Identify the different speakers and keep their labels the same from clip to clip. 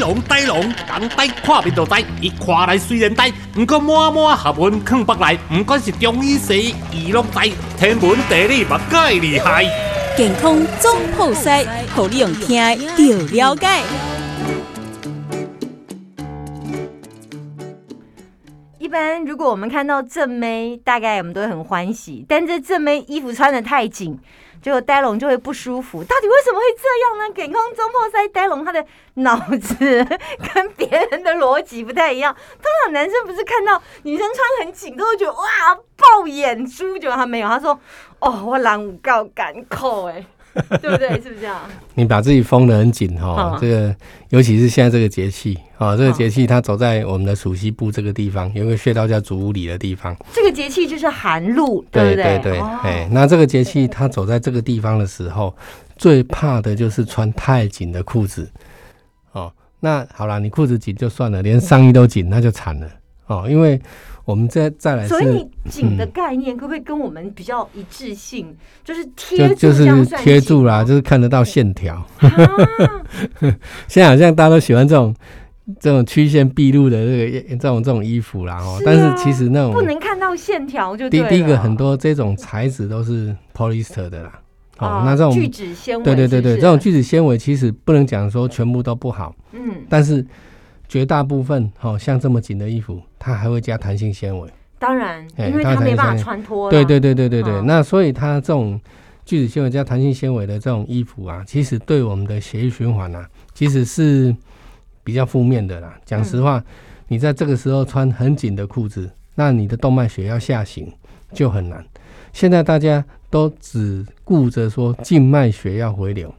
Speaker 1: 龙呆龙，讲呆看面就呆，伊看来虽然呆，毋过满满学问藏北内，毋管是中医西医，伊拢知，天文地理嘛介厉害。
Speaker 2: 健康总铺塞，互你用听的就了解。
Speaker 3: 一般如果我们看到正妹，大概我们都会很欢喜，但这正妹衣服穿的太紧，结果呆龙就会不舒服。到底为什么会这样呢？给空中破塞呆龙他的脑子跟别人的逻辑不太一样。通常男生不是看到女生穿很紧，都会觉得哇爆眼珠，结果他没有，他说哦我懒五告赶扣哎，对不对？是不是这 样？
Speaker 4: 你把自己封得很紧哈
Speaker 3: 嗯，
Speaker 4: 这个尤其是现在这个节气啊，这个节气它走在我们的属西部这个地方，有一个穴道叫足五里的地方，
Speaker 3: 这个节气就是寒露，对不
Speaker 4: 对
Speaker 3: 对，哦
Speaker 4: 哎，那这个节气它走在这个地方的时候，最怕的就是穿太紧的裤子哦。那好啦，你裤子紧就算了，连上衣都紧，那就惨了哦，因为我们再再来
Speaker 3: 所以
Speaker 4: 是。嗯
Speaker 3: 你紧的概念可不可以跟我们比较一致性？就是贴
Speaker 4: 就
Speaker 3: 住
Speaker 4: 就
Speaker 3: 这样
Speaker 4: 是
Speaker 3: 算
Speaker 4: 贴住
Speaker 3: 紧
Speaker 4: 啦，
Speaker 3: 吗
Speaker 4: 就是看得到线条。
Speaker 3: 啊
Speaker 4: 现在好像大家都喜欢这种这种曲线毕露的这个这种这种衣服啦哦，
Speaker 3: 是
Speaker 4: 但
Speaker 3: 啊
Speaker 4: 是其实那种
Speaker 3: 不能看到线条就对
Speaker 4: 第
Speaker 3: 了。
Speaker 4: 第一个很多这种材质都是 polyester 的啦，哦
Speaker 3: 啊，
Speaker 4: 那这种
Speaker 3: 聚酯纤维，
Speaker 4: 对对对
Speaker 3: 是不
Speaker 4: 对，
Speaker 3: 是
Speaker 4: 这种聚酯纤维其实不能讲说全部都不好，
Speaker 3: 嗯，
Speaker 4: 但是绝大部分哦，像这么紧的衣服，它还会加弹性纤维。
Speaker 3: 当然，
Speaker 4: 哎
Speaker 3: 因为
Speaker 4: 它
Speaker 3: 它
Speaker 4: 才
Speaker 3: 没办
Speaker 4: 才
Speaker 3: 法穿脱啦。
Speaker 4: 对对对对对对，
Speaker 3: 嗯
Speaker 4: 那所以它这种聚酯纤维加弹性纤维的这种衣服啊，其实对我们的血液循环啊，其实是比较负面的啦。讲实话，你在这个时候穿很紧的裤子，那你的动脉血要下行就很难。现在大家都只顾着说静脉血要回流，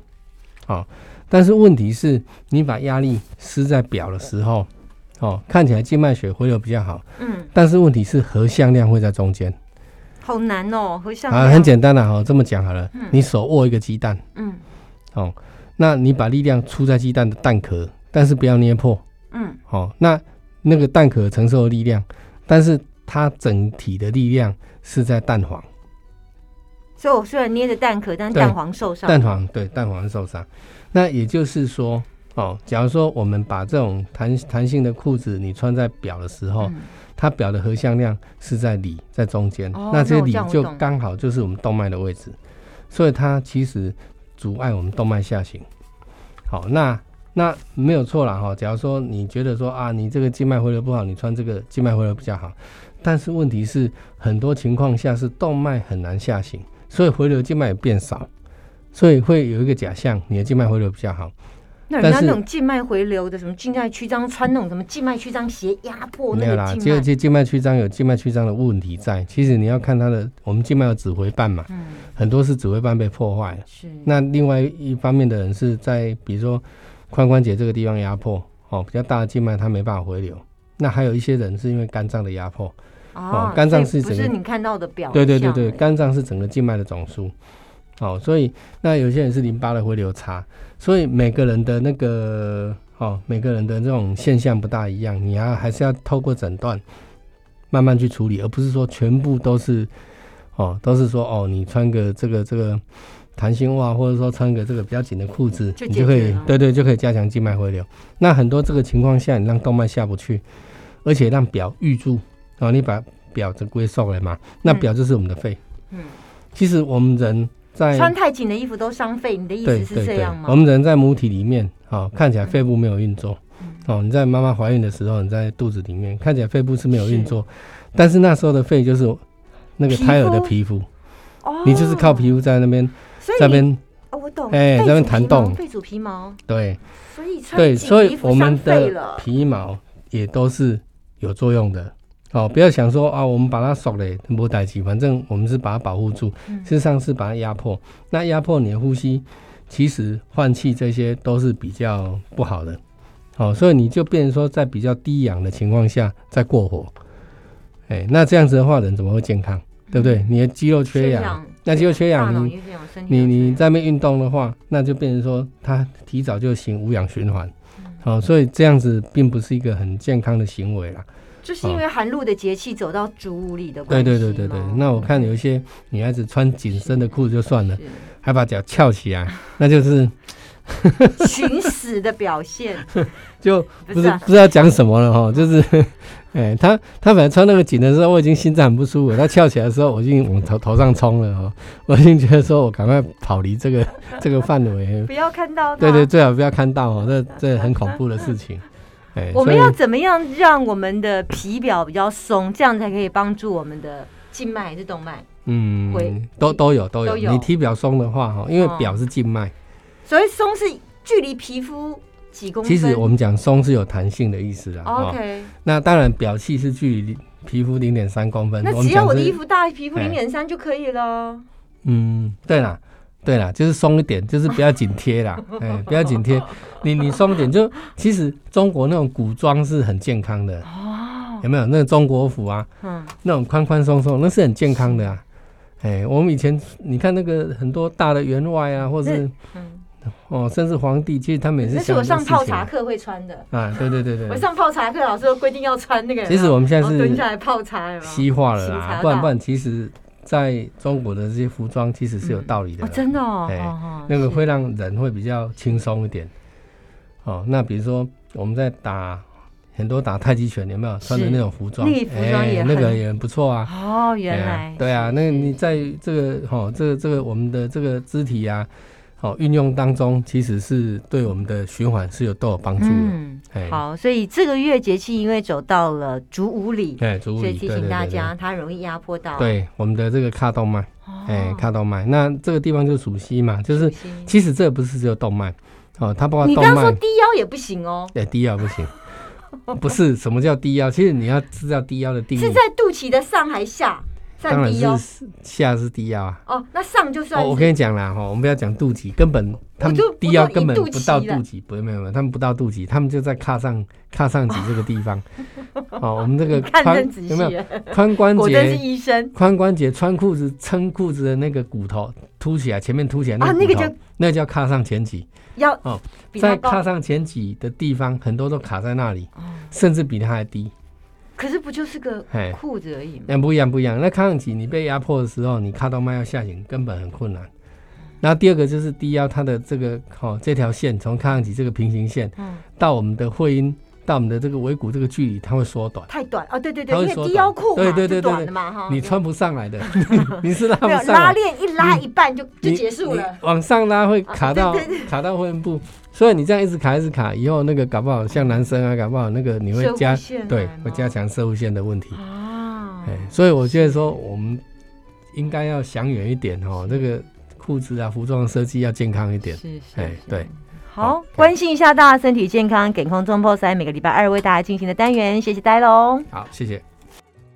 Speaker 4: 好、但是问题是你把压力施在表的时候，哦，看起来静脉血回流比较好，
Speaker 3: 嗯，
Speaker 4: 但是问题是核向量会在中间。
Speaker 3: 好难哦，和像
Speaker 4: 啊，很简单啦，哦，这么讲好了，
Speaker 3: 嗯
Speaker 4: 你手握一个鸡蛋，
Speaker 3: 嗯
Speaker 4: 哦，那你把力量出在鸡蛋的蛋壳，但是不要捏破，
Speaker 3: 嗯
Speaker 4: 哦，那那个蛋壳承受的力量，但是它整体的力量是在蛋黄，
Speaker 3: 所以我虽然捏着蛋壳，但是
Speaker 4: 对
Speaker 3: 蛋黄受伤。
Speaker 4: 蛋黄对蛋黄受伤，那也就是说，哦，假如说我们把这种弹弹性的裤子你穿在表的时候，
Speaker 3: 嗯
Speaker 4: 它表的合向量是在里，在中间，
Speaker 3: 哦
Speaker 4: 那
Speaker 3: 那
Speaker 4: 这些
Speaker 3: 我
Speaker 4: 里
Speaker 3: 这样我
Speaker 4: 就
Speaker 3: 懂
Speaker 4: 刚好就是我们动脉的位置，所以它其实阻碍我们动脉下行。好，那那没有错啦哈。假如说你觉得说啊，你这个静脉回流不好，你穿这个静脉回流比较好，但是问题是很多情况下是动脉很难下行，所以回流静脉也变少，所以会有一个假象，你的静脉回流比较好。
Speaker 3: 那人家
Speaker 4: 但是
Speaker 3: 那种静脉回流的什么静脉曲张，穿那种什么静脉曲张鞋压迫
Speaker 4: 没
Speaker 3: 那
Speaker 4: 有
Speaker 3: 个
Speaker 4: 啦，
Speaker 3: 静
Speaker 4: 这个
Speaker 3: 脉，
Speaker 4: 这静脉曲张有静脉曲张的问题在。其实你要看它的，我们静脉有指挥瓣嘛，
Speaker 3: 嗯，
Speaker 4: 很多是指挥瓣被破坏了。
Speaker 3: 是
Speaker 4: 那另外一方面的人是在比如说髋关节这个地方压迫哦，比较大的静脉它没办法回流。那还有一些人是因为肝脏的压迫，
Speaker 3: 哦
Speaker 4: 肝脏
Speaker 3: 所以
Speaker 4: 是
Speaker 3: 不
Speaker 4: 整
Speaker 3: 是
Speaker 4: 个
Speaker 3: 你看到的表
Speaker 4: 对对对
Speaker 3: 象
Speaker 4: 对，
Speaker 3: 而已
Speaker 4: 肝脏是整个静脉的总枢。哦，所以那有些人是淋巴的回流差，所以每个人的那个哦，每个人的这种现象不大一样，你要还是要透过诊断慢慢去处理，而不是说全部都是哦，都是说哦，你穿个这个这个弹性袜，或者说穿个这个比较紧的裤子，
Speaker 3: 就
Speaker 4: 你
Speaker 3: 解
Speaker 4: 就可
Speaker 3: 决
Speaker 4: 以
Speaker 3: 了
Speaker 4: 对对，就可以加强静脉回流。那很多这个情况下，你让动脉下不去，而且让表预住，然后哦你把表整归送来嘛，那
Speaker 3: 嗯
Speaker 4: 表就是我们的肺。
Speaker 3: 嗯，
Speaker 4: 其实我们人在
Speaker 3: 穿太紧的衣服都伤肺，你的意
Speaker 4: 哎对
Speaker 3: 思是
Speaker 4: 对哦
Speaker 3: 这
Speaker 4: 对
Speaker 3: 样，吗？嗯
Speaker 4: 我们人在母体里面，哦，看起来肺部没有运作，哦，你在妈妈怀孕的时候，你在肚子里面看起来肺部是没有运作，但是那时候的肺就是那个
Speaker 3: 皮
Speaker 4: 胎儿的
Speaker 3: 肤
Speaker 4: 皮肤，
Speaker 3: 哦
Speaker 4: 你就是靠皮肤在那边
Speaker 3: 所以
Speaker 4: 在那
Speaker 3: 你
Speaker 4: 边
Speaker 3: 哦，我懂，
Speaker 4: 哎
Speaker 3: 肺
Speaker 4: 在那边
Speaker 3: 主
Speaker 4: 弹
Speaker 3: 皮毛
Speaker 4: 动
Speaker 3: 肺主皮毛，
Speaker 4: 对
Speaker 3: 所以穿
Speaker 4: 对，
Speaker 3: 紧
Speaker 4: 所
Speaker 3: 衣
Speaker 4: 以
Speaker 3: 服
Speaker 4: 我们
Speaker 3: 伤肺
Speaker 4: 的
Speaker 3: 了
Speaker 4: 皮毛也都是有作用的。哦，不要想说啊，我们把它锁嘞，没带起，反正我们是把它保护住，
Speaker 3: 嗯
Speaker 4: 事实上是把它压迫。那压迫你的呼吸，其实换气这些都是比较不好的。哦，所以你就变成说，在比较低氧的情况下再过火，哎、那这样子的话，人怎么会健康？对不
Speaker 3: 嗯
Speaker 4: 对？你的肌肉缺氧，那肌肉缺氧
Speaker 3: 大脑
Speaker 4: 你
Speaker 3: 也缺氧，身体
Speaker 4: 你
Speaker 3: 也缺
Speaker 4: 你
Speaker 3: 氧
Speaker 4: 在那边运动的话，那就变成说它提早就行无氧循环，
Speaker 3: 嗯
Speaker 4: 好、所以这样子并不是一个很健康的行为啦。
Speaker 3: 就是因为寒露的节气走到主五里的
Speaker 4: 对
Speaker 3: 关系哦吗
Speaker 4: 对哦对对对，那我看有一些女孩子穿紧身的裤子就算了，
Speaker 3: 是
Speaker 4: 还把脚翘起来，那就是
Speaker 3: 寻死的表现，
Speaker 4: 就
Speaker 3: 不
Speaker 4: 不
Speaker 3: 是
Speaker 4: 是
Speaker 3: 啊
Speaker 4: 不知道讲什么了哈，就是， 哎、他他本来穿那个紧的时候，我已经心脏很不舒服，他翘起来的时候，我已经往头头上冲了哈，我已经觉得说我赶快跑离这个 这个范围，
Speaker 3: 不要看到他。
Speaker 4: 对对，最好不要看到哦，这这很恐怖的事情，哎、
Speaker 3: 我
Speaker 4: 所
Speaker 3: 们
Speaker 4: 以
Speaker 3: 要怎么样让我们的皮表比较松，这样才可以帮助我们的静脉还是动脉？回
Speaker 4: 嗯，都都有都有，
Speaker 3: 都有
Speaker 4: 你体表松的话哈，因为
Speaker 3: 哦
Speaker 4: 表是静脉，
Speaker 3: 所谓松是距离皮肤几公分。
Speaker 4: 其实我们讲松是有弹性的意思啦，
Speaker 3: 哦
Speaker 4: 哦
Speaker 3: OK，
Speaker 4: 那当然表气是距离皮肤零点三公分，
Speaker 3: 那
Speaker 4: 我
Speaker 3: 只
Speaker 4: 们
Speaker 3: 要
Speaker 4: 讲
Speaker 3: 我的
Speaker 4: 是
Speaker 3: 衣服大于皮肤
Speaker 4: 哎
Speaker 3: 零点三就可以了。
Speaker 4: 嗯，对啦，对啦，就是松一点，就是不要紧贴 啦，哎、不要紧贴，你你松一点就，其实中国那种古装是很健康的，
Speaker 3: 哦
Speaker 4: 有没有？那个中国服啊，
Speaker 3: 嗯，
Speaker 4: 那种宽宽松松，那是很健康的啊。哎、我们以前你看那个很多大的员外啊，或是
Speaker 3: 嗯，
Speaker 4: 哦，甚至皇帝，其实他们也是
Speaker 3: 那是
Speaker 4: 想
Speaker 3: 我
Speaker 4: 很多
Speaker 3: 上
Speaker 4: 事
Speaker 3: 泡
Speaker 4: 情
Speaker 3: 茶
Speaker 4: 啊。
Speaker 3: 课会穿的。
Speaker 4: 啊，对对对对
Speaker 3: 我，上泡茶课，老师都规定要穿那个有没
Speaker 4: 其
Speaker 3: 有。
Speaker 4: 实我们现在
Speaker 3: 然后蹲下
Speaker 4: 是
Speaker 3: 来泡茶，有没有
Speaker 4: 西化了
Speaker 3: 洗茶
Speaker 4: 啦，
Speaker 3: 道
Speaker 4: 不然不然，其实在中国的这些服装其实是有
Speaker 3: 嗯
Speaker 4: 道理的
Speaker 3: 哦，
Speaker 4: 啦。
Speaker 3: 真的哦，
Speaker 4: 哎
Speaker 3: 哦
Speaker 4: 那个会
Speaker 3: 是
Speaker 4: 让人会比较轻松一点。哦，那比如说我们在打很多打太极拳，有没有穿的
Speaker 3: 是
Speaker 4: 那种服装？哎
Speaker 3: 那个服装也
Speaker 4: 那个
Speaker 3: 很
Speaker 4: 也很不错啊。
Speaker 3: 哦，
Speaker 4: 哎
Speaker 3: 原
Speaker 4: 呀
Speaker 3: 来
Speaker 4: 对啊，
Speaker 3: 是嗯
Speaker 4: 那
Speaker 3: 是
Speaker 4: 你在这个哈、哦，这个这个我们的这个肢体啊，哦，运用当中，其实是对我们的循环是有都有帮助的。
Speaker 3: 嗯
Speaker 4: 哎
Speaker 3: 好，所以这个月节气因为走到了主五里，
Speaker 4: 哎，主
Speaker 3: 所
Speaker 4: 理
Speaker 3: 以提
Speaker 4: 对
Speaker 3: 醒
Speaker 4: 对
Speaker 3: 大
Speaker 4: 对对
Speaker 3: 家它容易压迫到
Speaker 4: 对我们的这个髂动脉，
Speaker 3: 哦
Speaker 4: 哎、髂动脉，那这个地方就属膝嘛，就
Speaker 3: 属
Speaker 4: 是
Speaker 3: 膝
Speaker 4: 其实这不是只有动脉，哦，它包括
Speaker 3: 你
Speaker 4: 动
Speaker 3: 刚刚
Speaker 4: 脉
Speaker 3: 说。低腰也不行哦，
Speaker 4: 哎、低腰不行，不是什么叫低腰？其实你要知道低腰的定义
Speaker 3: 是，在肚脐的上还下
Speaker 4: 当
Speaker 3: 算
Speaker 4: 然
Speaker 3: 低腰
Speaker 4: 是下是低腰啊。
Speaker 3: 哦，那上就算
Speaker 4: 哦，我
Speaker 3: 是
Speaker 4: 跟你讲啦，哈，我们不要讲肚脐，根本他们
Speaker 3: 我就不
Speaker 4: 低腰
Speaker 3: 知道
Speaker 4: 根
Speaker 3: 你
Speaker 4: 本
Speaker 3: 肚
Speaker 4: 不到
Speaker 3: 脐
Speaker 4: 肚
Speaker 3: 了
Speaker 4: 脐，不，没有没有，他们不到肚脐，他们就在髂上髂上棘这个地方。哦，我们这个
Speaker 3: 看
Speaker 4: 髋
Speaker 3: 真仔
Speaker 4: 有没
Speaker 3: 细
Speaker 4: 有，髋关
Speaker 3: 果真是
Speaker 4: 节？
Speaker 3: 医生
Speaker 4: 髋关节穿裤子撑裤子的那个骨头凸起来，前面凸起来那
Speaker 3: 啊
Speaker 4: 个
Speaker 3: 那
Speaker 4: 骨
Speaker 3: 个
Speaker 4: 头，
Speaker 3: 叫
Speaker 4: 那个叫髂上前棘。
Speaker 3: 要
Speaker 4: 哦
Speaker 3: 比他
Speaker 4: 在
Speaker 3: 高
Speaker 4: 髂，上前棘的地方，很多都卡在那里，甚至比它还低。
Speaker 3: 可是不就是个
Speaker 4: 哎
Speaker 3: 裤子而已吗？
Speaker 4: 那不一样，不一样。那抗挤你被压迫的时候，你髂动脉要下行根本很困难。然后第二个就是低腰，它的这个哦这条线从髂上脊这个平行线
Speaker 3: 嗯，
Speaker 4: 到我们的会阴，到我们的这个尾骨这个距离，它会缩短。
Speaker 3: 太短哦，对对对，
Speaker 4: 它
Speaker 3: 因
Speaker 4: 会
Speaker 3: 为
Speaker 4: 缩
Speaker 3: 低
Speaker 4: 短
Speaker 3: 腰裤嘛，
Speaker 4: 对
Speaker 3: 就
Speaker 4: 对对对
Speaker 3: 短
Speaker 4: 对
Speaker 3: 的嘛哈，
Speaker 4: 你穿不上 来的， 你是拉不
Speaker 3: 哦没有
Speaker 4: 上
Speaker 3: 拉
Speaker 4: 来，
Speaker 3: 链一拉
Speaker 4: 你
Speaker 3: 一半就就
Speaker 4: 你
Speaker 3: 结束了。。
Speaker 4: 你往上拉会卡到
Speaker 3: 啊对对
Speaker 4: 卡到会阴部，所以你这样一直卡一直卡，以后那个搞不好像男生啊，搞不好那个你会
Speaker 3: 射
Speaker 4: 加
Speaker 3: 物线
Speaker 4: 对
Speaker 3: 来吗
Speaker 4: 会加强射物线的问题。
Speaker 3: 啊
Speaker 4: 哎，所以我觉得说，我们应该要想远一点哦，那个裤子啊、服装的设计要健康一点。
Speaker 3: 是是
Speaker 4: 哎，对。
Speaker 3: 好
Speaker 4: 好，
Speaker 3: 关心一下大家身体健康，给空中破塞每个礼拜二为大家进行的单元，谢谢呆龙。
Speaker 4: 好，谢谢。